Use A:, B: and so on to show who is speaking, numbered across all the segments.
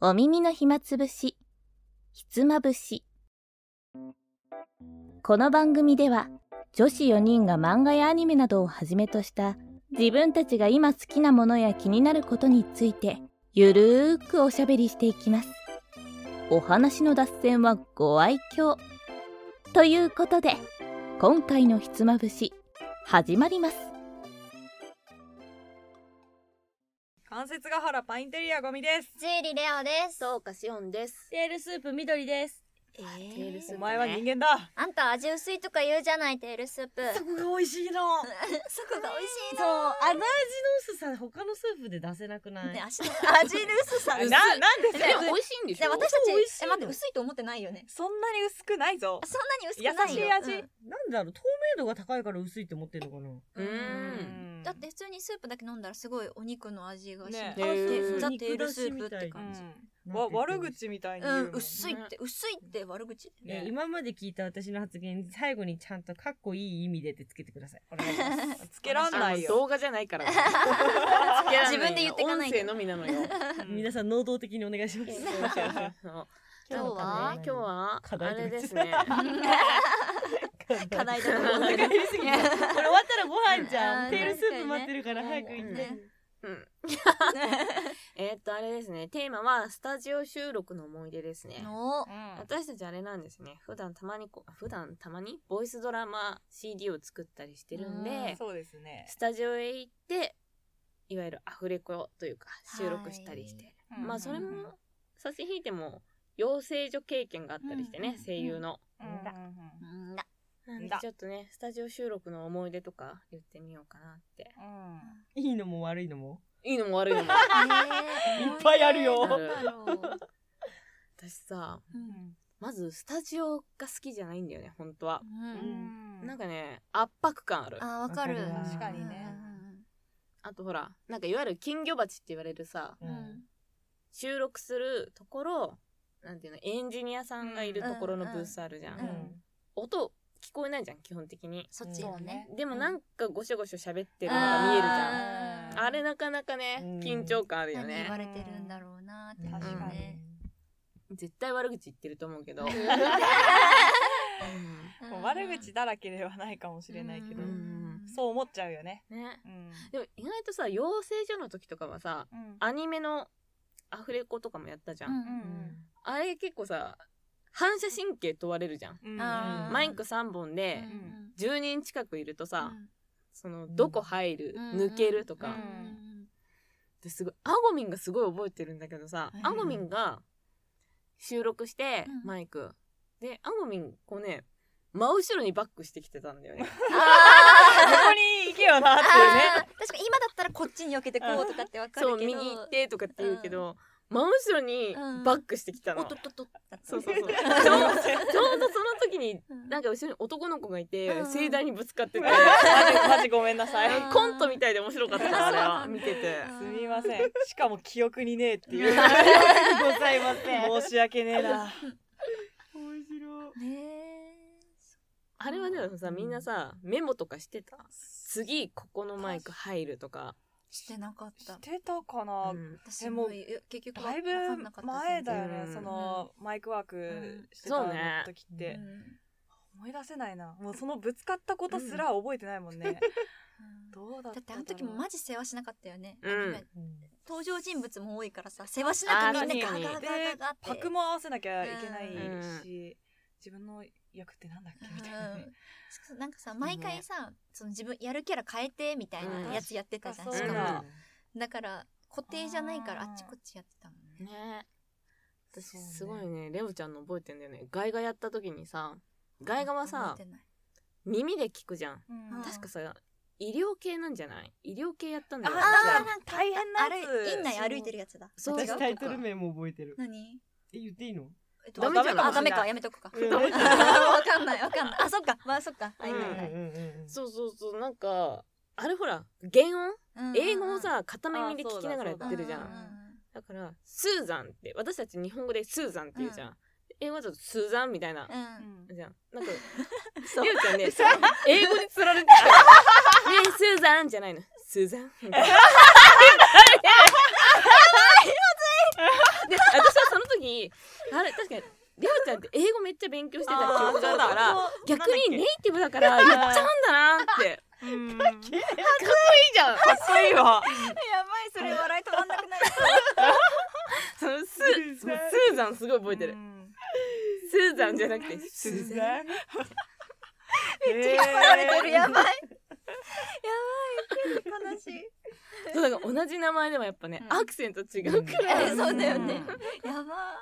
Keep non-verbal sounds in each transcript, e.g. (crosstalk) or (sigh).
A: お耳の暇つぶし、ひつまぶし。この番組では、女子4人が漫画やアニメなどをはじめとした、自分たちが今好きなものや気になることについて、ゆるーくおしゃべりしていきます。お話の脱線はご愛嬌。ということで、今回のひつまぶし、始まります。
B: 関節が原パインテリアゴミです。
C: ジュリレオです。
A: そうかしおんです。
D: テールスープ緑です。
A: え
C: ールスー
B: お前は人間だ。
C: あんた味薄いとか言うじゃないテールスープ。
D: こが美味しいの。
C: そこが美味しい
D: そう、あの味の薄さ、他のスープで出せなくない。
C: ね。足の (laughs) 味の薄
B: な、
C: さ。
B: なんで
C: え
B: す
C: で
B: よ
C: も。
A: 美味しいんでし
C: で
A: ょ
C: 私たち
D: 美味しい
C: え
D: の
C: 待って薄いと思ってないよね。
B: そんなに薄くないぞ。
C: そんなに薄く
B: 優
C: ない
B: し
C: よ。
B: い味。
D: なんだろう、透明度が高いから薄いって思ってるのかな。
C: う。
B: うんん
C: だって普通にスープだけ飲んだらすごいお肉の味がし
B: ね
C: て、
A: へー
C: ザテールスープって
B: う
C: 感じ。
B: ん。わ、悪。口みたいに
C: う
B: 言うも
C: ん
B: ん。
C: 薄いって薄いって悪口。
B: ね
D: ね、今まで聞いた私の発言、最後にちゃんとかっこいい意味でってつけてください。お願いします
B: つけらんない
E: あの動
B: よ。
E: 画じゃないから
C: 自分で言ってかない
E: 音
C: と
E: 声のみなのよ
B: うん
D: 皆さん能動的にお願いします。
C: 今日は
E: 今日は
D: 課
E: あ
D: 題
E: れ
D: で
E: ですすね
C: 課題だと
D: お
C: 思う
D: 腹減りすぎ (laughs) て。これ終わったらご飯じゃ。
C: うんん
D: テールスープ待ってるから早く行って。
C: ね
E: うんえーっとあれですねテーマはスタジオ収録の思い出ですね
B: う
C: の
D: (laughs)
B: ん
E: 私たちあれなんですね普段たまにこう普段たまにボイスドラマ CD を作ったりしてるん
C: う
E: で
C: ん
B: そうですね。
E: スタジオへ行っていわゆるアフレコというか収録したりして、まあそれも差し引いても養成所経験があったりしてね、
B: うん
E: 声優の、
B: うん。うん
C: うんな
E: なんで
B: だ
E: ちょっとねスタジオ収録の思い出とか言ってみようかなって
B: うん
D: いいのも悪いのも。
E: (laughs) いいのも悪いのも
C: えー
D: いっぱいあるよ
C: 思い出なんだろう
E: (laughs) 私さ
B: うん
E: まずスタジオが好きじゃないんだよね本当は
C: う、
B: うんん
E: なんかね圧迫感あるあ
C: あわかる
D: わかるわ確
B: かにね
E: とほらなんかいわゆる金魚鉢って言われるさ
C: うんうんうん
E: 収録するところなんていうのエンジニアさんがいるところのブースあるじゃん、
C: うんうん
E: 音聞こえないじゃん基本的に
C: そっちよね
E: でもなんかごしょごしょ喋って
C: う
E: るのが見えるじゃん
B: うんん
E: あれなかなかね
D: うん
E: 緊張感あるよ
C: 何言わ
E: ね
C: れてるんだろうなって
D: 確
E: か
D: に
C: ね
E: 絶対悪口言ってると思う
B: (laughs)
E: けど、うん
B: もう悪口だらけではないかもしれないけど
E: うん、
B: そう思っちゃうよね。
E: ね
B: うん
E: でも意外とさ養成所の時とかはさ
B: うん
E: アニメのアフレコとかもやったじゃん、
B: うん
E: あれ結構さ反射神経問われるじゃん、
B: うん
C: あー
E: マイク3本で10人近くいるとさ、そのどこ入る、
C: うん
E: 抜けるとか、
B: うん
E: ですごいアゴミンがすごい覚えてるんだけどさ、
B: うん
E: アゴミンが収録して
C: うん
E: マイク、でアゴミンこうね真後ろにバックしてきてたんだよね
B: ここに行けよなっていうね。
C: あー確かに今だったらこっちに避けてこうとかってわか
E: そ
C: る
E: う
C: けど
E: 右行ってとかって言うけど、真後ろにバックしてきたの、
C: おっとっとっと
E: そ
C: (laughs)
E: うそうそうちょう
B: すいません
E: ちょうどその時に
C: うん
E: なんか後ろに男の子がいて、
C: うんうん
E: 盛大にぶつかってて、
B: マジマジごめんなさい。
C: うん
E: コントみたいで面白かったのあれは
C: うん
E: 見てて、
C: うん
B: すみません。しかも記憶にねえっていう。
D: ございません。
B: 申し訳ねえな。
D: 面白い。
C: ねえ
E: あれはでもさみんなさメモとかしてた次ここのマイク入るとか、
C: してなかっ
B: したてたかな
E: う。ん
C: 私もえ結局わ
B: だいぶ
C: わかんなかった
B: 前だよね
E: う。ん
B: そのマイクワークしてた
E: そ
B: の
E: うね
B: 時っ
C: 全
B: て
C: 然
B: 思い出せないな。もうそのぶつかったことすら覚えてないもんね。
C: うん
B: どうだっ
C: だ
B: た
C: っ
B: ん
C: て
B: だ
C: あ
B: ろう
C: の時もマジ世話しなかったよね、
E: うん
C: アニメ登場人物も多いからさ世話し
E: あ
C: な
E: ー
C: くみんなガ
E: 確
C: ー
E: か
C: ガ
E: に
C: ーガー
B: で
C: ガーガーって
B: パックも合わせなきゃいけない
E: うん
B: し、自分の役ってなんだっけみたいなね。
C: うん、なんかさ毎回さその自分やるキャラ変えてみたいなやつやってたじゃん、
B: うん
C: し
E: う
C: か
E: だ
C: も
E: ね
C: だから固定じゃないからあ
B: あー
C: っちこっちやってたもんね
E: ね私
B: そうね
E: すごいねレオちゃんの覚えてんだよねガイガやった時にさガイガはさ
C: 覚えてない
E: 耳で聞くじゃん
B: うん
E: 確かさ医療系なんじゃない医療系やったんだ
B: あ
E: よ
B: なん
E: 私
B: か大変なや
C: 歩い
B: つ。
C: 院内歩いてるやつだ
E: そう
C: 違
D: 私タイ
C: う
D: トル名も覚えてる。
C: 何
D: え、言っていいの
C: えっと
E: ダメじゃん
C: あダメかやめとくか
D: うん
C: わかんないわかんないあそっかまあそっかはいはいはい、
E: そうそうそうなんかあれほら原音
C: うんうんうん
E: 英語をさ片耳で聞きながらやってるじゃ
C: うんうんん
E: だからスーザンって私たち日本語でスーザンって言うじゃん英語だとスーザンみたいな
C: うんうん
E: じゃん (laughs) なんか
C: そう
E: レオちゃんね英語につられて (laughs) たからねえスーザンじゃないのスーザンみたいなで私はその時あれ確かにレオちゃんって英語めっちゃ勉強してた記憶があるから逆にネイティブだから言っちゃうんだなって
B: うんかっこいい
E: じゃん
B: わ
C: それ笑い止まんなくなる。
E: そのスースーザンすごい覚えてる
B: うん
E: スーザンじゃなくてスーザン
B: めっ
C: 引
B: ち
C: っ張られてるやばい。やばい悲しい。
E: そうだから同じ名前でもやっぱね
B: うん
E: アクセント違うか
C: え
E: ら
C: そうだよね。やば。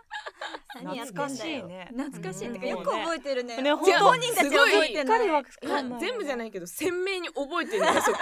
C: 何やってんだ
B: 懐か
C: よ
B: しいね
C: 懐かしい。
B: うん
C: てかよく覚えてるね。
B: ね
E: 違う
C: 本人たちは覚えて
B: すご
C: ないい。
B: わか
E: いや
B: んない
E: 全部じゃないけど鮮明に覚えてるんだよそこ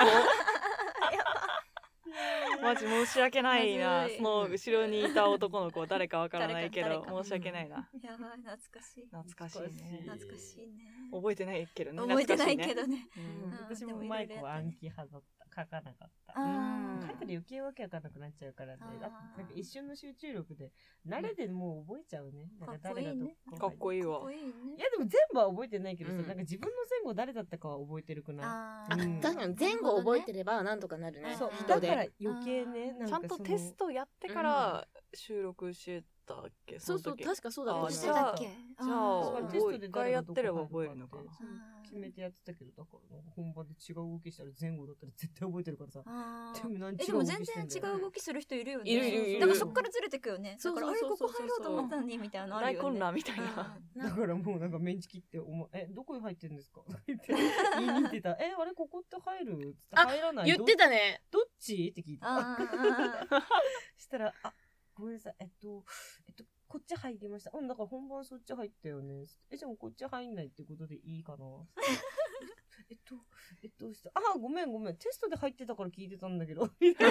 B: マジ申し訳ないな
C: まずい
B: その後ろにいた男の子誰かわからないけ
C: 誰
B: ど
C: か誰か
B: 申し訳ないな
C: やばい懐かしい。
B: 懐かしいね
C: 懐かしいね。
B: 覚えてないけどね
C: 覚えてないけ
B: ど
C: どね。
D: うん私もマイコは暗記派だった書かなかった
C: あ
B: うん
C: ー
D: 書いたら余計わけわかんなくなっちゃうからね
C: あー
D: だってなんか一瞬の集中力で慣れてもう覚えちゃうねなんか誰がどこ
B: かっこいい
C: か
B: わ
C: っこいい
D: い
C: ね。
D: やでも全部は覚えてないけどさ、
E: うん
D: なんか自分の前後誰だったかは覚えてるくな
C: あ
D: う
E: (laughs) あ
D: ん
C: ー
E: 確かに前後覚えて
C: る。
E: ればなんとかなる
D: い
E: ね
D: そう
C: うん
D: だ
E: 人
D: か
E: で
D: ら余計ねなんか
B: ちゃんとテストやってから収録してたっけ
E: そうそう
B: じゃ
E: 確かそうだ
C: ど
E: っ
C: う
E: た
C: し
E: じ
C: て
E: ゃ
C: た
E: あ
C: っけ？
B: あ
C: あ
D: そう
C: ー
D: テス
B: も
D: ト
B: う
D: で
B: 一回やってれば
D: 誰がどこ
B: 覚えるのかな
D: そう決めてやってたけどだからなんか本番で違う動きしたら前後だったら絶対覚えてるからさ
C: あー
D: でも何違う
C: えでも
D: 動き
C: 全
D: して
C: 然
D: んだ
C: 違
D: よ
C: う動きする人いるよね。
E: いるいる
D: いる
C: だからそっからずれてくよね。だからあれ
E: そう
C: こ
E: そう
C: こ
E: そ
C: 入
E: うそう
C: ろうと思ったのにみたいなのある
B: 大
C: よね。
B: 混乱
C: (laughs)
B: みたい
C: うん
B: な
D: だからもうなんかメンチ切ってお前えどこに入ってんですかとか言って言いに行ってたえあれここって入るつって
E: あ
D: 入らない
E: 言ってたね
D: どどっちって聞いた
C: あーあーあ
D: (laughs) したらあごめんなさいえっとえっとこっち入りましたうんだから本番そっち入ったよねえじゃあこっち入んないってことでいいかなえっとえっとしたあごめんごめんテストで入ってたから聞いてたんだけど (laughs) みたい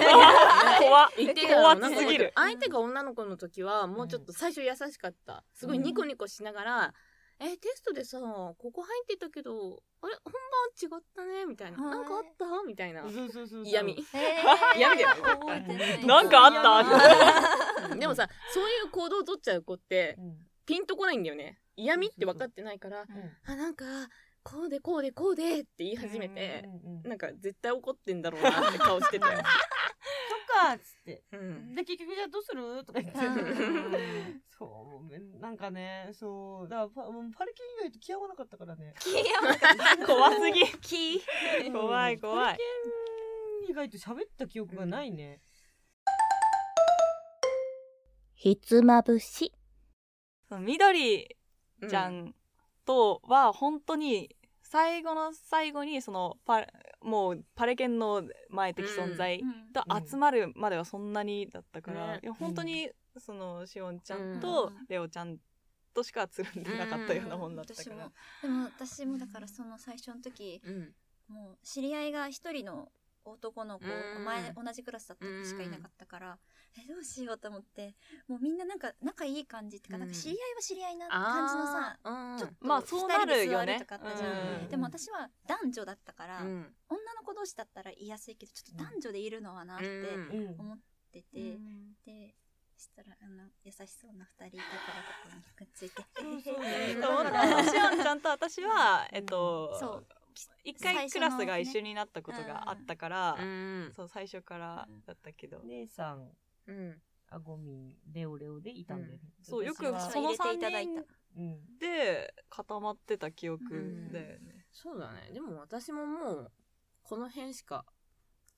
B: (laughs)
D: な
B: 怖っ
E: 言ってたよ
B: 怖すぎる
E: 相手が女の子の時はもうちょっと最初優しかったすごいニコニコしながら「えテストでさここ入ってたけどあれ本番違ったね」みたいな「
C: はい
E: なんかあった?」みたいな
D: そうそうそうそう
E: 嫌味
C: ーえー
E: 嫌味だよ
C: 覚えてない。
B: なんかあった
D: うん
E: (laughs) でもさそういう行動を取っちゃう子って
D: うん
E: ピンとこないんだよね嫌味って分かってないから
D: うん
E: 「あなんかこうでこうでこうで」って言い始め
D: う
E: て
D: んうんうん
E: なんか絶対怒ってんだろうなって顔
D: (laughs)
E: してたよ。
D: そっかっつって
E: (laughs) うん
D: で結局じゃあどうするとか言って
C: あ
B: (laughs) ー
D: そうもうめんなんかねそうだからパもうパルキン以外と気合わなかったからね
C: 気や
B: (laughs)
C: ば
B: 怖すぎ
C: 気。
B: (laughs) 怖い怖い
D: パルキン以外と喋った記憶がないね、
A: ひつまぶし
B: その緑
E: う
B: ちゃんとは本当に最後の最後にそのパもうパレケンの前的存在
C: うん
B: と集まるまではそんなにだったから、
E: ね
B: いや本当にそのしおんちゃんと
C: うん
B: レオちゃんとしかつるんでなかったようなもんだった
C: 私
B: から、
C: もでも私もだからその最初の時
E: うん
C: もう知り合いが一人の男の子
E: うん
C: 前同じクラスだった子しかいなかったからえどうしようと思ってもうみんななんか仲いい感じっていう
E: う
C: か
E: ん
C: なんか知り合いは知り合いな感じのさ
E: あー
C: ちょっと
B: まあそうなるよ
C: 二人で座
B: ね
C: とかあったじゃん
D: うん
C: でも私は男女だったから
E: う
C: 女の
E: ん
C: 子同士だったら言いやすいけどちょっと男女でいるのはなって
E: うん
D: うん
C: 思ってて
B: うん
C: でそしたらあの優しそうな二人いたからここにくっついて
D: そうそう
B: でも私しおんちゃんと私はえっ
C: そ
B: と
C: う
B: 一回クラスが一緒になったことがあったから、
E: うん
B: そう最初からだったけど、
D: 姉さん
E: うん
D: あごみんレオレオでいたんだよね、
B: そうよ
D: 私
B: く
D: は
B: その
C: 入れて
B: 3
C: いただいた
B: 人
D: うん
B: で固まってた記憶だよね、
E: そうだねでも私ももうこの辺しか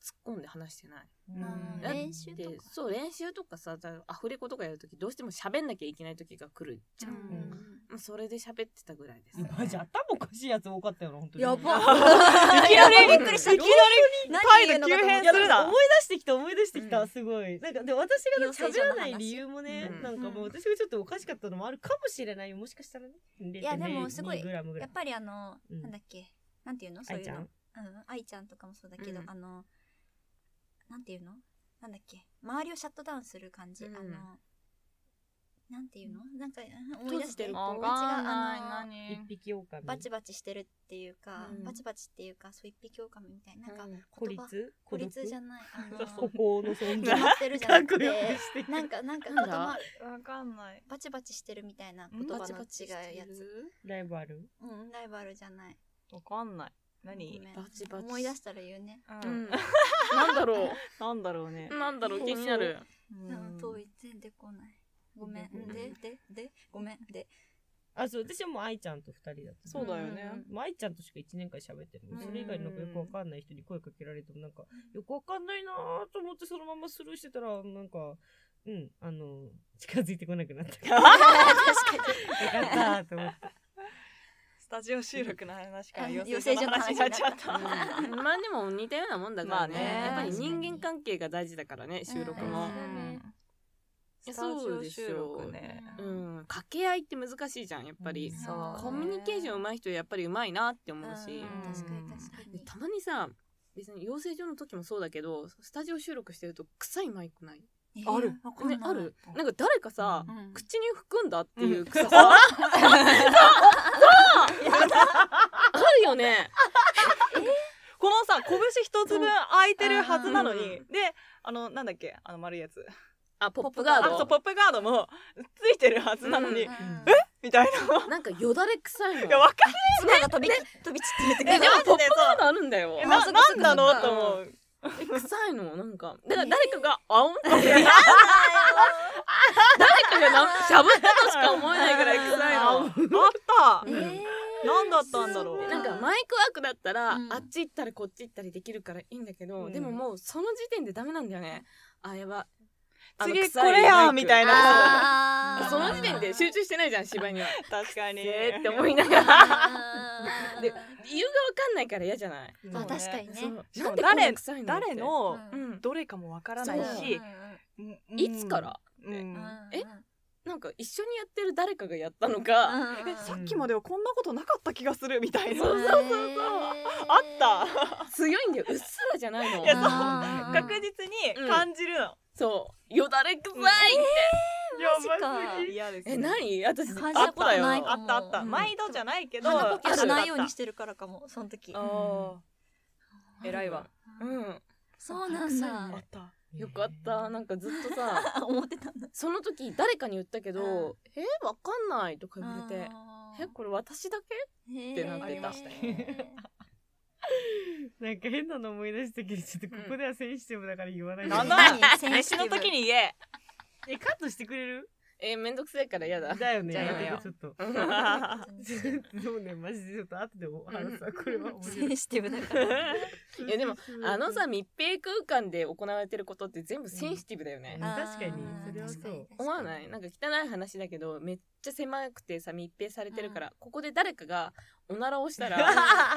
E: 突っ込んで話してない
C: うん
E: だって
C: 練習
E: で
C: とか
E: そう練習とかさだからアフレコとかやるときどうしても喋んなきゃいけない時が来るじゃん、
C: う
E: も
C: ん
E: うそれで喋ってたぐらいです、
D: マジ頭おかしいやつ多かったよな本当に
C: やば
B: いきなり
C: びっくりした
B: いきなり
C: 何言うのかと思
B: 態度急
C: った
B: 変するな
D: 思い出してきた思い出してきた、
E: うん
D: すごいなんかでも私がなんか喋らない理由もね、
E: うん
D: なんかもう私がちょっとおかしかったのもあるかもしれないよもしかしたらねい
C: やでもすごい
D: グラムぐら
C: や
D: い
C: っぱりあの、
D: うん
C: なんだっけなんていうのそう
D: 愛
C: いう
D: ちゃ
C: の
D: ん
C: うん愛ちゃんとかもそうだけど、
E: うん
C: あのなんていうのなんだっけ周りをシャットダウンする感じ、
E: うん
C: あのなんていうのなんかうん思い
E: 閉
C: 出し
E: じて
C: て
E: る
C: る
E: 子
B: わ
C: か
B: か
C: ん
B: ん
C: ない
B: ない
D: 一匹狼
C: バチバチしてるっていうか、
E: うん
C: バチバチっていうかそう一匹狼みたいななんか、
E: うん
D: 孤
C: 言葉
D: 立
C: 孤立じゃ
D: ん
C: ないあ
D: (laughs)
E: (laughs)
C: の
D: ここの存
C: 決 (laughs)
D: 在
C: まってるじゃなく
D: かっこよ
C: て
D: くしてる
C: なんかなんか言
E: なんだ
C: 葉
B: わかんない
C: バチバチしてるみたいな言葉の違うやつ
E: る
D: ライバル
C: うんライバルじゃない
B: わかんない何
C: ごめん
E: バチバチ
C: 思い出したら言うね。
E: う
B: うんん、
E: (laughs) なんだろ
B: (laughs) なんだろうね
E: う。なんだろう気になる。
C: なん遠い全然でこない。ごめん。
B: うん
C: で、で、で、ごめん。で。
D: あ、そう、私はもう愛ちゃんと二人だった。
B: そうだよね、
E: うん
D: もう愛ちゃんとしか1年間喋ってるの、それ以外のよくわかんない人に声かけられてもなんかよくわかんないなーと思ってそのままスルーしてたらなんかうんあの近づいてこなくなったよ
C: 確か
D: かったーと思って
B: スタジオ収録の話から
C: うん
B: 養成所の話になっちゃった
E: まあでも似たようなもんだからね,、
B: まあね
E: やっぱり人間関係が大事だからね収録も、
C: うん
B: スタジオ収録ね
C: いやそうです
E: う
C: よ
E: ん掛け合いって難しいじゃんやっぱり、
D: うん
B: そう
C: うん
E: コミュニケーション上手い人はやっぱり上手いなって思う
C: う
E: し、
C: ん確かに確か
E: で
C: に。
E: たまにさ別に養成所の時もそうだけどスタジオ収録してると臭いマイクない
C: え
B: ある
C: わかんない
E: ねあるなんか誰かさ、
C: うん
E: 口に含んだっていううん臭さ、 (laughs) あるよね
B: このさ拳一つ分空いてるはずなのに、
E: うん
B: であのなんだっけあの丸いやつ
E: あポップガー
B: あ
E: ド
B: そうポップガードもついてるはずなのに、
E: う
C: うん
B: みたいな
E: なんかよだれ臭いの
B: いやわか
C: 妻が飛び飛び散ってる
E: えでも
B: マジで
E: ポップガードあるんだよ
B: る
C: あ
B: な
C: そっかそっか
B: なんだろうと思う
E: え臭いのなんかだから誰かが「あおん」って誰かがなんしゃぶったとしか思えないぐらい臭い
B: あ
E: の
B: あ。った
E: う、ん
C: え
B: なんだったんだろう
E: なんかマイクワークだったら、
C: うん
E: あっち行ったりこっち行ったりできるからいいんだけど、
B: うん
E: でももうその時点でダメなんだよねあやばあの
B: 次
E: 臭
B: こ
E: い
B: れや
E: マイク
B: みたいな
C: あー
E: その時点で集中してないじゃん芝居には
B: 確かに
E: えーって思
C: (laughs)
E: いながら
C: あー
E: で理由がわかんないから嫌じゃない、
B: そう
C: あ
B: ね
C: 確かに
E: そう
C: ね。
B: し
E: な
B: かも誰
E: んでこんな臭いの
B: 誰
E: っ
B: の
E: てうん
B: どれかもわから
E: そ
B: ない
E: うだ
B: し、うんうん
E: いつから
B: うん
C: うんうん
E: え
C: うん
E: なんか一緒にやってる誰かがやったのか、
C: うん
B: えさっきまではこんなことなかった気がするみたいな
E: そう
C: そうそ
B: あっ
C: う
B: た
E: 強いんだようっすらじゃないの
B: いやそう
C: あー
B: 確実に感じるの、
E: そうよだれ臭い、
C: マジか
B: やばすぎ嫌です
E: え何私
C: 感じ
E: ア
C: たこ
E: ポ
C: と
E: だよ
C: ないか
B: あ
C: も
B: ったあった、
E: うん
B: 毎度じゃないけど
C: 鼻呼吸しないようにしててるからかもその時。
B: 偉いわ
E: うん
C: そうなんだ。
B: あった
E: よかったなんかずっとさ
C: あ思ってたんだ。
E: その時誰かに言ったけど「
C: うん
E: えわかんない」とか言われて「えこれ私だけ?
C: れ
E: ってなってた
D: なんか変なの思い出したけどちょっとここではセンシティブだから言わない、
B: なんだ飯の時 (laughs) に言え
D: えカットしてくれる
E: えめんどくせえから嫌だ」
D: だよね
E: じゃあやめよう
D: ちょっと (laughs)
E: うん
D: そうねマジでちょっと後でお話さこれは面
C: セ
D: 白い
C: ンシティブだ
D: (laughs)
C: から。
E: いやでもあのさ密閉空間で行われてることって全部センシティブだよね、
D: うん確かにそれはそう
E: 思わないなんか汚い話だけどめっちゃ狭くてさ密閉されてるから、ここで誰かがおならをしたら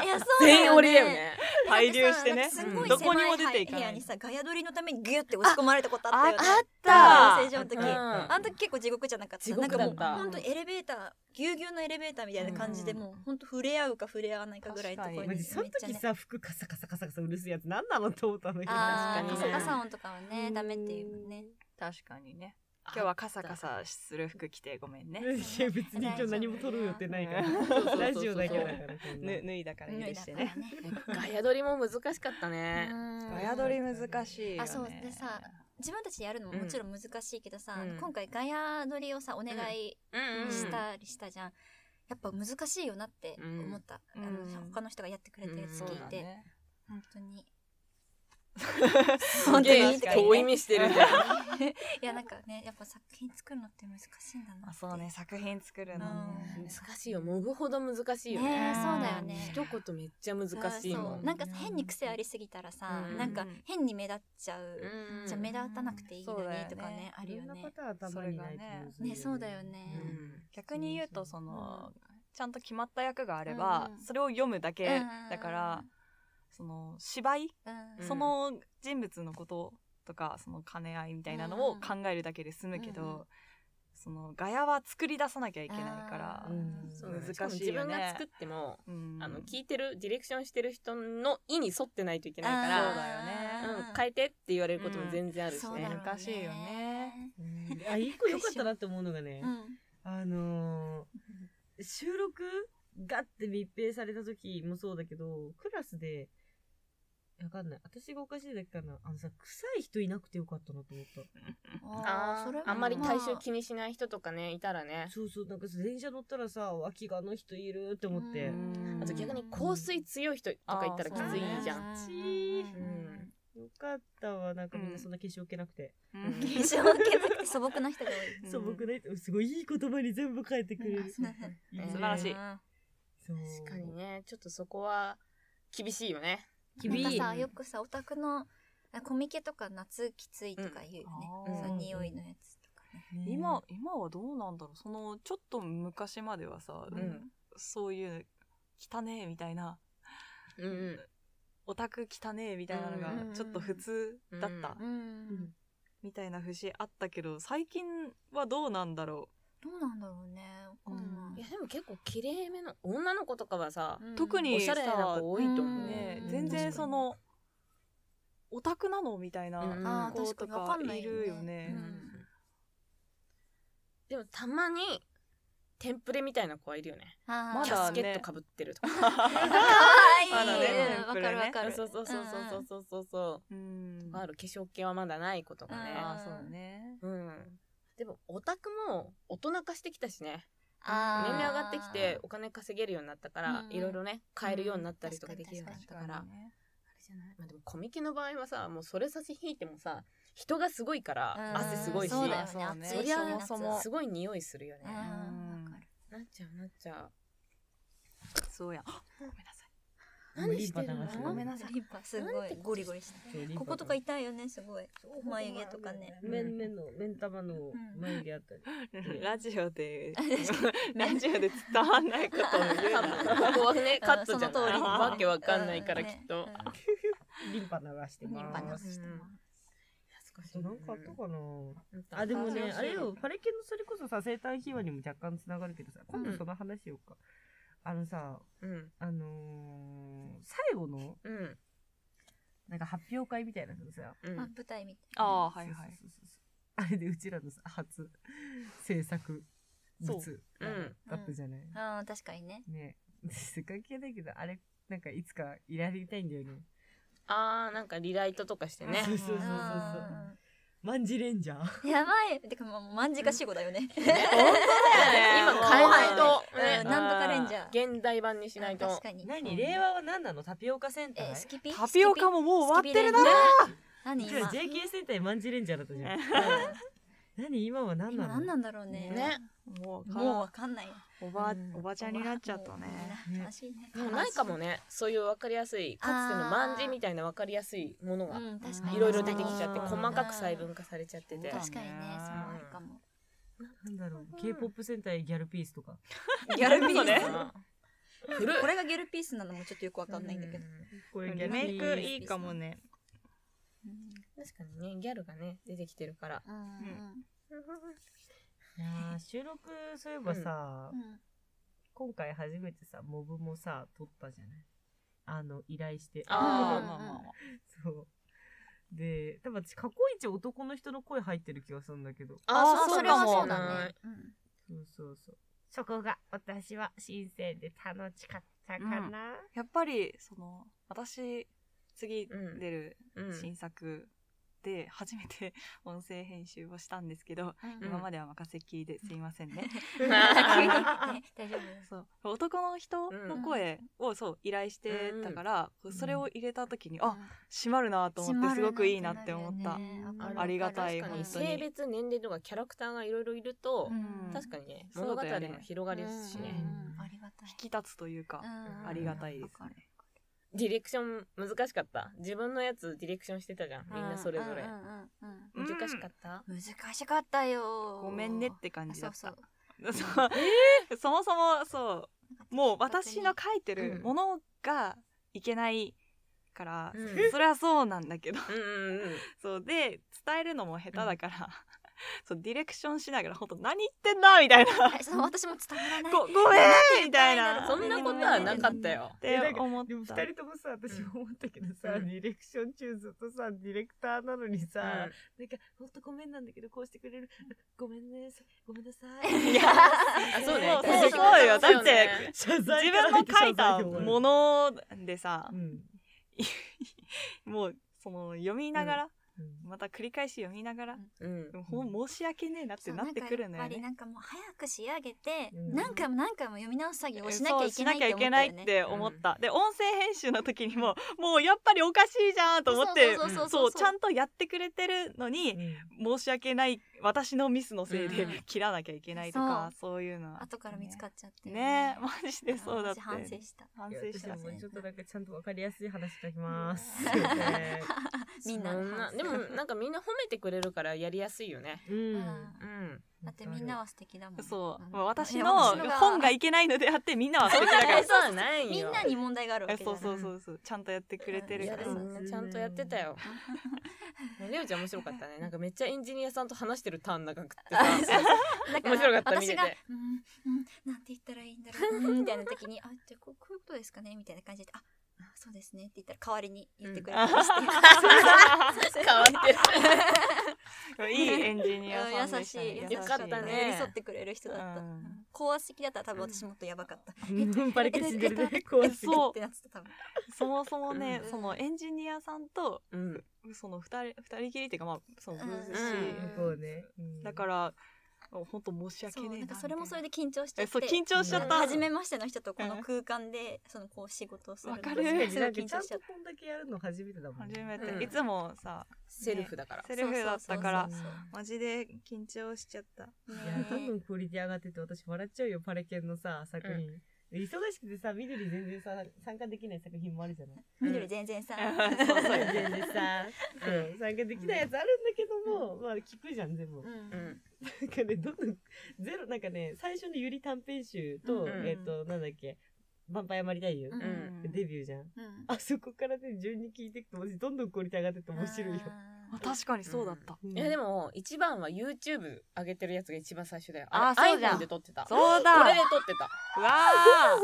C: いやそう
E: 全員俺だよ。ね
B: 滞留してね
E: すごい
B: どこにも出ていか
C: 部
B: な
C: 屋
B: い
C: にさガヤ取りのためにギュって押し込まれたことあったよね。
B: た
C: 養成所の時。
E: うん
C: あの時結構地獄じゃなかった。
E: 地獄だ
C: なん
E: った
C: かもう本当エレベーターぎゅうぎゅうのエレベーターみたいな感じで
B: うん
C: もう本当触れ合うか触れ合わないかぐらいのところに
D: マ
C: めっ
D: ジその
C: ちゃ
D: 時
C: ね。
D: さ服カサカサカサカサうるすやつ何なのと思ったんだけど
C: あー
E: 確
C: カ
E: かに
C: サ
E: ね
C: カサ音とかはねダメっていうもんね。
B: 確かにね今日はカサカサする服着てごめんね
D: いや別に今日何も撮る予定ないから
B: うん
E: そ
D: (laughs)
E: う
D: ラジオだけだから
B: ぬ脱いだから
C: 匂
B: 許
C: いだ
B: し
C: か
B: て
C: ら
B: ね
C: ね。
E: ガヤ撮りも難しかったね、
C: うん
B: ガヤ撮り難しいよね
C: あそうでさ自分たちでやるのももちろん難しいけどさ、
E: うん
C: 今回ガヤ撮りをさお願い
E: うんうん
C: したりしたじゃん、やっぱ難しいよなって思った、
B: うん
C: あの
B: うん
C: 他の人がやってくれたやつ
B: そう
C: 聞い
B: だ
C: て、
B: ね
C: 本当に (laughs)
E: す
C: 本当
E: げ
C: に
E: え
C: とか
E: 遠
C: 言って
E: い目してるじゃん
C: いやなんかねやっぱ作品作るのって難しいんだな
B: あ
C: って
B: そうね作品作るの
C: う
B: ね
E: 難しいよモブほど難しいよね
C: ね
B: えそうだよね
E: 一言めっちゃ難しいも
C: そ
E: ん
C: うなんか変に癖ありすぎたらさ、
E: うん
C: なんか変に目立っちゃう、
E: うん
C: じゃあ目立たなくていいの
B: そ
C: に
B: うだよね
C: とかねあるよ
D: いろんな
C: ね
D: ことは頭にないとむずい
C: ねそうだよね
E: う、ん
B: 逆に言うとそのちゃんと決まった役があれ
C: う
B: ば
C: んうん
B: それを読むだけ
C: うん
B: だからその芝居
C: うん
B: その人物のこととかその兼ね合いみたいなのを考えるだけで済むけど、
C: うんうん
B: そのガヤは作り出さなきゃいけないから
C: あー、
E: そうだね
B: 難しいよね
E: しかも自分が作っても
B: うん
E: あの聞いてるディレクションしてる人の意に沿ってないといけないか
B: そう
E: ら
B: だよ
E: うん変えてって言われることも全然あるし
C: そうだろう
E: ね
C: ね
B: 難しいよね
D: うんあ一個良かったなって思うのがね
C: うん
D: あのー収録がって密閉された時もそうだけどクラスでわかんない。私がおかしいだけかな。あのさ、臭い人いなくてよかったなと思った。
E: あ
C: それ
E: ー
C: は
E: あんまり体臭
C: あ
E: 気にしない人とかねいたらね
D: そうそう、なんかさ電車乗ったらさ、脇があの人いるって思って。
E: あと逆に香水強い人とかいたらきついじゃん
D: きつい
E: うんうん
D: よかったわ。なんかみんなそんな化粧気なくて。
E: うん
C: (laughs) 化粧受けなくて素朴な人が多い。
B: うん
D: 素朴な人、すごいいい言葉に全部変えてくれる。
C: うん
D: いいね
E: 素晴ら
B: しい
C: うん
D: そう
E: 確かにねちょっとそこは厳しいよね
D: 厳
C: なん
D: しい
C: かさよくさお宅のあコミケとか夏きついとか言うよね、
B: うん
C: そ
B: あー
C: の匂いのやつとかね、
D: ね
B: 今今はどうなんだろうそのちょっと昔まではさ、
E: ん
B: そういう汚ねえみたいな
E: うん
B: オタク汚ねえみたいなの
E: うん
C: うん
B: がちょっと普通だった
E: う
C: うん
B: みたいな節あったけど最近はどうなんだろ
C: どうなんだろうねわかん
E: い
C: ない
E: やでも結構綺麗めの女の子とかはさ
B: う特に
E: おしゃれな
B: さ
E: 子多いと思う
B: ね
C: うん
B: 全然そのオタクなのみたい
E: うん
B: な
E: あー
B: 子と
C: 確かにわか
B: か
C: んない
B: い
C: よね
B: るよ
E: う
B: ね
E: ん。でもたまにテンプレみたいな子はいるよね
C: あー
B: ま
E: キャ
B: だ
E: スケ
B: ね
E: ットかぶってるとか
C: かわいい
B: まだね
C: わ、かるわかる
E: (laughs) そうそうそうそうそうそうそう
B: うん
E: ある化粧系はまだない子とかね
C: うん
B: あーそうね。
E: うんでもオタクも大人化してきたしね
C: あー
E: 年齢上がってきてお金稼げるようになったから
C: うん
E: いろいろね買えるようになったりとか
C: うん
E: できるようになったからあ
B: 確かにね
E: れじゃないまあでもコミケの場合はさもうそれ差し引いてもさ人がすごいから
C: うん
E: 汗すごいし
C: そうだよね
B: そうね
C: 暑
E: そ
C: いし
E: りゃ
C: 夏
B: そもそも
E: すごい匂いするよね
C: うんわかる
E: なっちゃうなっちゃ
B: そうやん。ごめんなさい。
E: う何してるの
D: 無理話
E: ごめんな
D: な
E: さい
C: リンパすごいゴリゴリして
D: そうリンパ
C: こことか痛いよねすごい眉毛とかね
D: 目目の目ん玉の
C: ん
D: 眉毛あたり。うん
B: ラジオで
C: あ確、
B: ラジオで伝わんないことを言う
E: 多分ここはねカットじゃ
C: うんその
E: な
C: 通
E: い
C: り
E: わけわかんないから
C: うん
E: き
C: ね
E: っと
D: リンパ流して
C: うんリン
D: ま
C: パ流
D: す。
C: してます
E: 懐かしい
D: なんかあったかな。
E: うん
D: あでもね
E: 懐かしい
D: あれよパレケンのそれこそさ生誕秘話にも若干つながるけどさ今度その話しようか。あのさ
E: うん
D: あのー最後の
E: うん
D: なんか発表会みたいなのさ。
E: うん
C: あ舞台みたい
B: あ
C: な
B: あはいはい。
D: そうそうそうそう。あれでうちらのさ初制作物
B: そう
E: うん
D: だったじゃない。
C: あー確かにね
D: ねえ関係ないけどあれなんかいつかいられたいんだよね
E: あーなんかリライトとかしてね
D: そうそうそうそうそう
C: あ
D: マンジレンジャー
C: ーやばいてかまあもう万事が死後だよね
E: 今変えないと
C: うん
E: ね
C: なんとかレンジャー
E: 現代版にしないと
C: 確かに
D: 何令和は何なのタピオカ戦隊
C: えスキピ
B: タピオカも
C: も
B: もう終わってるな。
C: 何今
D: JK 戦隊マンジレンジャーだったじゃん何今は何
C: 今
D: なの
C: 何なんだろうね
E: ね
B: もう
C: もうわかんない
B: おば
D: うん
B: おばちゃんになっちゃったね。
C: もう悲しいね
E: でもないかもねそういう分かりやすいかつての万字みたいな分かりやすいものが
C: うん確かに
E: いろいろ出てきちゃって
B: あー
E: 細かく細分化されちゃってて
B: そうだ
C: 確かにねそのあるかも
D: なんだろう K-POP 戦隊ギャルピースとか
C: ギャルピース
E: ね
C: 古いこれがギャルピースなのもちょっとよくわかんないんだけど
D: これ
B: リメイクいいかもね。
C: うん
E: 確かにねギャルがね出てきてるから
C: うん
D: いやー収録そういえばさ、
C: うん
D: 今回初めてさモブもさ撮ったじゃないあの依頼して
E: あ
B: まあまあまあ
D: そうで多分私過去一男の人の声入ってる気がするんだけど
E: あ
B: あーそれはそうだ
E: ね
C: うん
D: そうそうそう。そこが私は新鮮で楽しかった
B: か
D: な。
B: やっぱりその私次出る
E: う
B: (laughs)
E: ん
B: 新作で初めて (laughs) 音声編集をしたんですけど、
C: うん
B: 今までは任せっきりですいませんね。
C: ね大丈夫です
B: そう男の人の声をそう依頼してたから、
D: ん
B: それを入れた時に、あ閉まるなと思ってすごくいいなって思った。
E: うん
B: ありがたい
E: 確か
B: 本
E: に
B: 当に
E: 性別年齢とかキャラクターがいろいろいると
B: うん
E: 確かにね
B: そ
E: 物
B: う
E: 語
B: だよね
E: の広がりですし
C: うん
E: ね
C: うんありがたい
B: 引き立つというか、
C: うん
B: ありがたいですね。
E: ディレクション難しかった自分のやつディレクションしてたじゃんみんなそれぞれ
C: うんうん
B: う
C: うん
B: ん
E: 難しかった
C: うん難しかったよ
B: ごめんねって感
C: あ
B: じ
C: そ
B: だ
C: う
B: っ
C: そ
B: た
C: う。
B: そうそもそもそうもう私の書いてるものがいけないから、
E: うん
B: それはそうなんだけど、
E: うんうんうん
B: そうで伝えるのも下手だから、 (laughs) そうディレクションしながら本当何言ってんだみたい
C: (laughs)
B: な
C: はいそう私も伝わ
B: (laughs)
C: らない
B: ごごめんみたいな
E: そんなことはなかったよ
B: っ。て思っ
D: でも二
B: た。
D: 人ともさ、私も思ったけどさ、
E: うん
D: ディレクション中ずっとさ、ディレクターなのにさ、
E: うん
D: なんか、ほんとごめんなんだけど、こうしてくれる。ごめんね、ごめんなさ
B: い
D: い。 (laughs)
B: や
E: あそうね
B: もう
E: 確かに
B: すごいよ
E: そう
B: だ
E: よ
B: っ
E: ね
B: て
D: 謝
B: 自
D: から
B: 分の書いた
D: 入って謝罪で終わる
B: ものでさ
D: うん。
B: もうその読みながら、
D: うん
B: また繰り返し読みながら、
E: うん
B: でもほん申し訳ねえなってなってくるんだよ
C: そ
B: ね。
C: うなんかやっぱりなんかもう早く仕上げて、
D: うん
C: 何回も何回も読み直す作業をしなき
B: そ
C: ゃ
B: う
C: いけ
B: し
C: な
B: ない
C: っ
B: きゃ
C: て
B: い
C: 思っ
B: け
C: た
B: ない
C: よ
B: っ
C: ね。
B: て思った。で音声編集の時にももうやっぱりおかしいじゃんと思って
C: そうそ
B: そ
C: うそうう
B: ちゃんとやってくれてるの
D: う
B: に
D: ん
B: 申し訳ない私のミスのせいで
E: うん
B: 切らなきゃいけないとかそういうのは
C: 後から見つかっちゃって。
B: ねえマジでそうだって
C: 私反省した。
B: 反
D: いや
B: 省し
D: 私
B: た
D: も
B: ね
C: 反省
D: ちょっとなんかちゃんとわかりやすい話書きます。
C: みんな
E: そ
C: の
E: んな
C: 反省
E: でもなんかみんな褒めてくれるからやりやすいよね
D: うん
C: うん
E: うん
C: だってみんなは素敵だもん。
B: そう、
C: ん
B: まあ私
C: いや
B: の
C: 私のが
B: 本がいけないのであってみんなは素敵だから
E: そうはないよ
C: みんなに問題があるわ
B: え
C: けじゃ
B: そう
C: ない。
B: そうそうそうちゃんとやってくれて
E: い
B: る
E: や
B: か
E: で
B: ら
E: もみんなちゃんとやってたよ。レオちゃん面白かったね。なんかめっちゃエンジニアさんと話してるターン長くってさ。
C: だから
E: 面白かった
C: 私
E: 見てて
C: が、うん、うん、なんて言ったらいいんだろうな、みたいな時に、あ、じゃあこうこういうことですかねみたいな感じで、あ、そうですねって言ったら代わりに言ってくれたり (laughs) して。
E: (laughs) 変わってる。
B: いいエンジニアさん
C: (laughs) 優
B: で
C: し
B: たね
C: い。
E: 優しいよかったね
C: 寄り添ってくれる人だった。
B: う
C: うんん高圧的だったら多分私もっとやばかった。
D: うん。パリケし
C: (laughs)
D: てるね。こうして
B: そう
C: ってなってた多分。
B: そもそもね、
C: うん
B: そのエンジニアさんと
E: うん。
B: その二人二人きりっていうかまあそのブーズし、
C: うん
D: こうね。
B: だから本当申し訳
C: そう
B: ねえ
C: な
B: なん
C: かそれもそれ
B: で
C: で緊張しちゃ
B: え
C: って。
B: そう緊張しちゃ
C: あ
B: っ
C: の
B: た
C: 初めましての人とこの空間でそのこう仕事をするの
B: わか
C: が
B: る
C: す
D: す
C: ご
D: ご
C: い
D: い
C: 緊
D: 緊張
C: 張し
D: し
C: ち
D: ち
C: ゃ
D: ゃ
C: っ
D: んとこんだけやるの初めてだもんね。
B: 初めて、
E: うん
B: いつもさ
E: セルフだから。
B: セルフだったか
C: そ
B: ら
C: うそう
B: マジで緊張しちゃった
C: た。
D: いやどんど
C: ね
D: んクオリティ上がってて私笑っちゃうよパレケンのさ作品、忙しくてさ緑全然さ参加できない作品もあるじゃない
C: 緑全然さ。
B: そうそう
D: (laughs) 全然さ、そう参加できないやつあるんだけども、まあ聞くじゃん全部、
C: う
E: うんん。
D: なんかねどんどんゼロなんかね最初のゆり短編集と、
C: うん
D: えっ、となんだっけ「ヴァンパイアマリタイユ」
C: うん
D: デビューじゃん
C: うん
D: あそこからね順に聞いていくと私どんどんクオリティ上がってって面白いよ
C: あ
B: あ確かにそうだった、
E: いやでも一番は YouTube 上げてるやつが一番最初だよ。
B: あそうじゃん
E: iPhone で撮ってた。こ
B: そうだ
E: れで撮ってた。
B: うわあ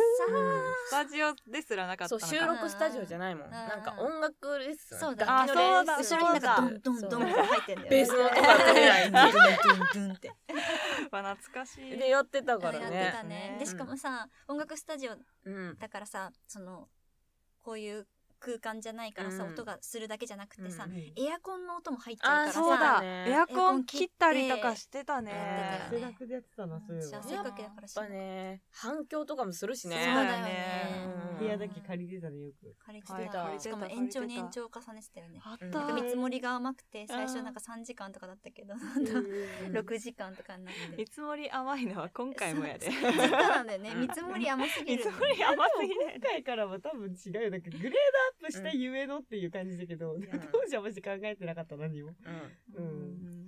B: スタジオですらなかった
E: そう
B: のか
E: 収録スタジオじゃないもん。
C: ん
E: なんか音楽レッス
C: ー
E: ン。
C: そうだ。
E: 楽器のレッスン
C: 後ろになんか
B: そ
C: ド
B: う
C: ンドンドンって入ってんだよね。
E: ベースの音が取れない。
C: ドゥンって。
B: わ懐かしい (laughs)
E: でやってた
C: や
E: か
C: っ
E: らね。
C: てたね
B: ね。
C: でしかもさ音楽スタジオ
E: うん。
C: だからさそのこういう空間じゃないからさ、
E: うん
C: 音がするだけじゃなくてさ、
E: うん
C: エアコンの音も入っちゃうからさ
B: そうだ、
E: そうだね
B: エアコン切ったりとかしてたね
C: やってたよ
D: 数
C: ね
D: 学でやってたなそうい
C: 私
D: うの
C: 汗かきだからし
E: やっぱね反響とかもするしね。
C: そうだよね
E: うん
D: 部屋だけ借りてたねよく
C: 借りて
B: 借りて
C: た
B: た
C: しかも延長に延長を重ねてたよね
B: あっ
E: う
B: た
E: ん
C: 見積もりが甘くて最初なんか3時間とかだったけど、 (laughs) なんか6時間とかになって
B: 見積もり甘いのは今回もやで
C: そうそうそうなんだよね見積もり甘す
B: (laughs)
C: ぎ
B: 見
C: る
B: 積もり甘すぎない
D: 今回からは多分違うよなんかグレードアップしたゆえのっていう感じだけど、当時はマジ考えてなかった何も
E: う
D: うん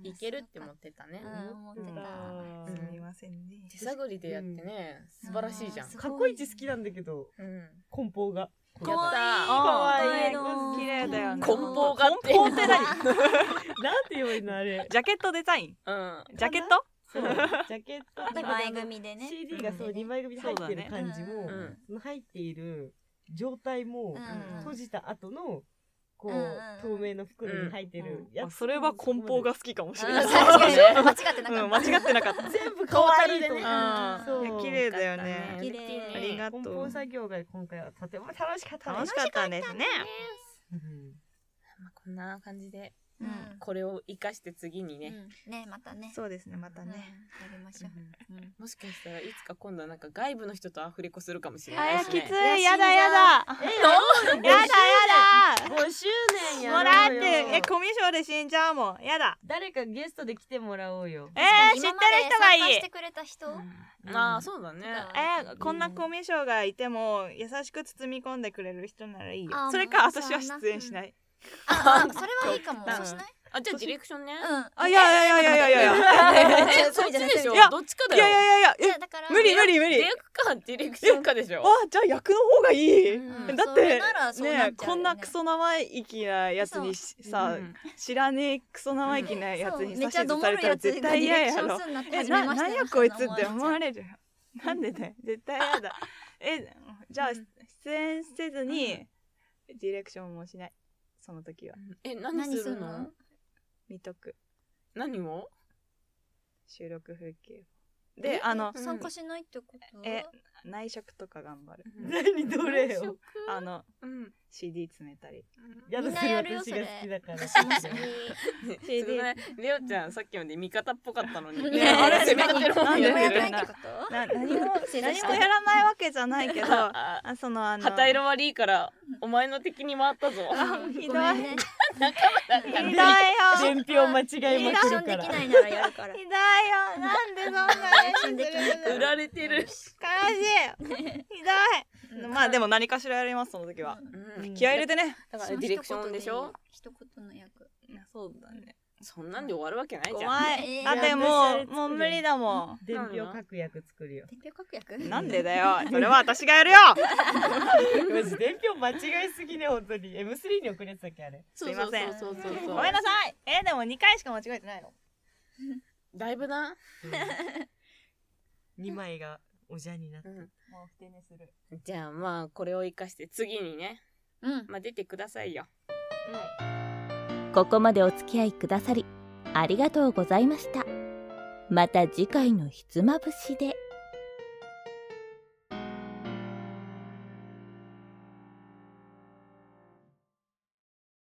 B: うん
E: ん。いけるって思ってたね。
C: うん思ってた
B: すみませんね
E: 手探りでやってね、素晴らしいじゃん。
C: す
D: かっこいい好きなんだけど
E: うん。
D: 梱包が
E: やっ
B: か
E: た
B: わ
D: いい
B: 綺麗だよね
E: 梱包がって。
B: 梱包って
D: (laughs)
B: 何
D: なんて言えばいいのあれ
B: ジャケットデザイン
E: うん。
B: ジャケット
D: そうジャケット
C: 2枚組でね
D: CD がそう
C: うん
D: 2枚組で入ってる感じも、
C: うん
D: その入っている状態も、
C: うん
D: 閉じた後のこう、
C: うんうん
D: 透明の袋に入ってるやつ、
B: あそれは梱包が好きかもしれ
C: 間
B: ない
E: んそうだ
C: 違って
E: ね
C: なかった、
B: うん間違ってなかった
D: 全部変わるでね
E: トー
B: あ
D: そう
B: ーいや綺麗だよ
E: よかった
B: ね
C: 綺麗
B: ありがと
D: 梱
B: う
D: 包作業が今回はとても楽しかった
B: 楽しかったですね
D: うん
E: まあこんな感じで、
C: うん
E: これを生かして次にね、
C: うんねまたね
B: そうですねまた
C: うんや
B: ね
C: りましょう、うん
E: もしかしたらいつか今度はなんか外部の人とアフレコするかもしれ
B: あ
E: ない
B: や
E: し、
B: き
E: ね。
B: つ
E: い。
B: いやだやだやだやだ
D: 5周年や
B: もらっ
D: ろうよ
B: てえコミュ障で死んじゃうもんやだ
D: 誰かゲストで来てもらおうよ
B: えー、
C: 今ま
B: 知
C: で
B: ってる人が
C: 参加
B: いい
C: してくれた人、
E: ああ、そうだね。
B: えーこんなコミュ障がいても優しく包み込んでくれる人ならいいよ
C: あー
B: それか
C: もう
B: 私は出演しない
C: ああそれはいいかもそうしない
E: あ、じゃあディレクションね。
C: うん
B: あいやいやいやいやいやいやいや (laughs)
E: え、そっちでしょどっちかだ
B: い
E: よ。
B: やいやいや
C: じゃ
B: え
C: あだから
B: 無理無理無
E: ディ
B: 理
E: レクかディレクションかでしょ。
B: あじゃあ役の方がいい、
C: うん
B: だっ
C: それ
B: て
C: ならそうなっちゃうよ
B: ね
C: ね
B: こんなクソ生意気なやつにしさ、知らねえクソ生意気なやつに
C: め
B: さ
C: っちゃ
B: し
C: ど
B: 指され
C: もる
B: た
C: や
B: ら
C: つ
B: 絶対嫌やろ
C: になって
B: え
C: 始め
B: な
C: ました
B: なんやこいつって思われるよなんでだよ絶対嫌
C: (laughs)
B: だえじゃあ
E: うん
B: 出演せずにディレクションもしないその時は
E: え、何するの
B: 見とく
E: 何を
B: 収録風景
E: え
B: であの
E: うん
C: 参加しないってこと
B: え内職とか頑張る
D: 何どれ
E: よ
D: よ
B: あの
E: うん。
B: CD 詰めたり
D: やだ
C: みん
D: そ
C: な
D: れ
C: やるよ
D: 私が好きだから
C: 私も好き。
E: すごいレオちゃんさっきまで味方っぽかったのに。
C: ね
E: あれ
B: 攻め立てる方
C: 何
B: に
C: に
B: や
C: も
B: っ
C: や
B: てるな
C: らな
B: い
C: ってこと
B: な何も
C: 正座
B: 何
C: し
B: も
C: て
B: やらないわけじゃないけ
C: (laughs)
B: どあ
E: あ
B: そのあの
E: 旗色悪いからお前の敵に回ったぞ。
B: あひどい
C: ごめんね
B: ひどいよ
D: 伝票間違い
C: リア
D: ま
C: ク
D: く
C: ショ
D: る
C: ンで
D: か
C: き
D: ら
C: ないならやるから
B: ひどいよなんでそんな練習
C: (laughs)
B: するの
C: リアクションできない
E: 売られてる。
B: 悲しい (laughs) ひどいまあでも何かしらやりますその時 (laughs) は
E: うん
B: 気合い入れてね
E: だからディレクションでしょ。
C: 一言の役
B: そうだね
E: そんなんで終わるわけないじゃん。
B: 怖い
C: えー
B: だってもうもう無理だも
D: 伝票書く役作るよ
C: 伝票書く役
B: んなんでだよ (laughs) それは私がやるよ
D: マジ伝票間違いすぎね本当に M3 に送るやつだっけ
C: (laughs)
D: あれ
E: そ
B: す
E: う
B: いません
E: そうそうそうそう
B: ごめんなさいえでも2回しか間違えてないの
E: だいぶな。
D: 2枚がおじゃになって
E: うん
B: もう不定にする
E: じゃあまあこれを生かして次にね、
C: うん
E: まあ出てくださいよ。
A: ここまでお付き合いくださりありがとうございましたまた次回のひつまぶしで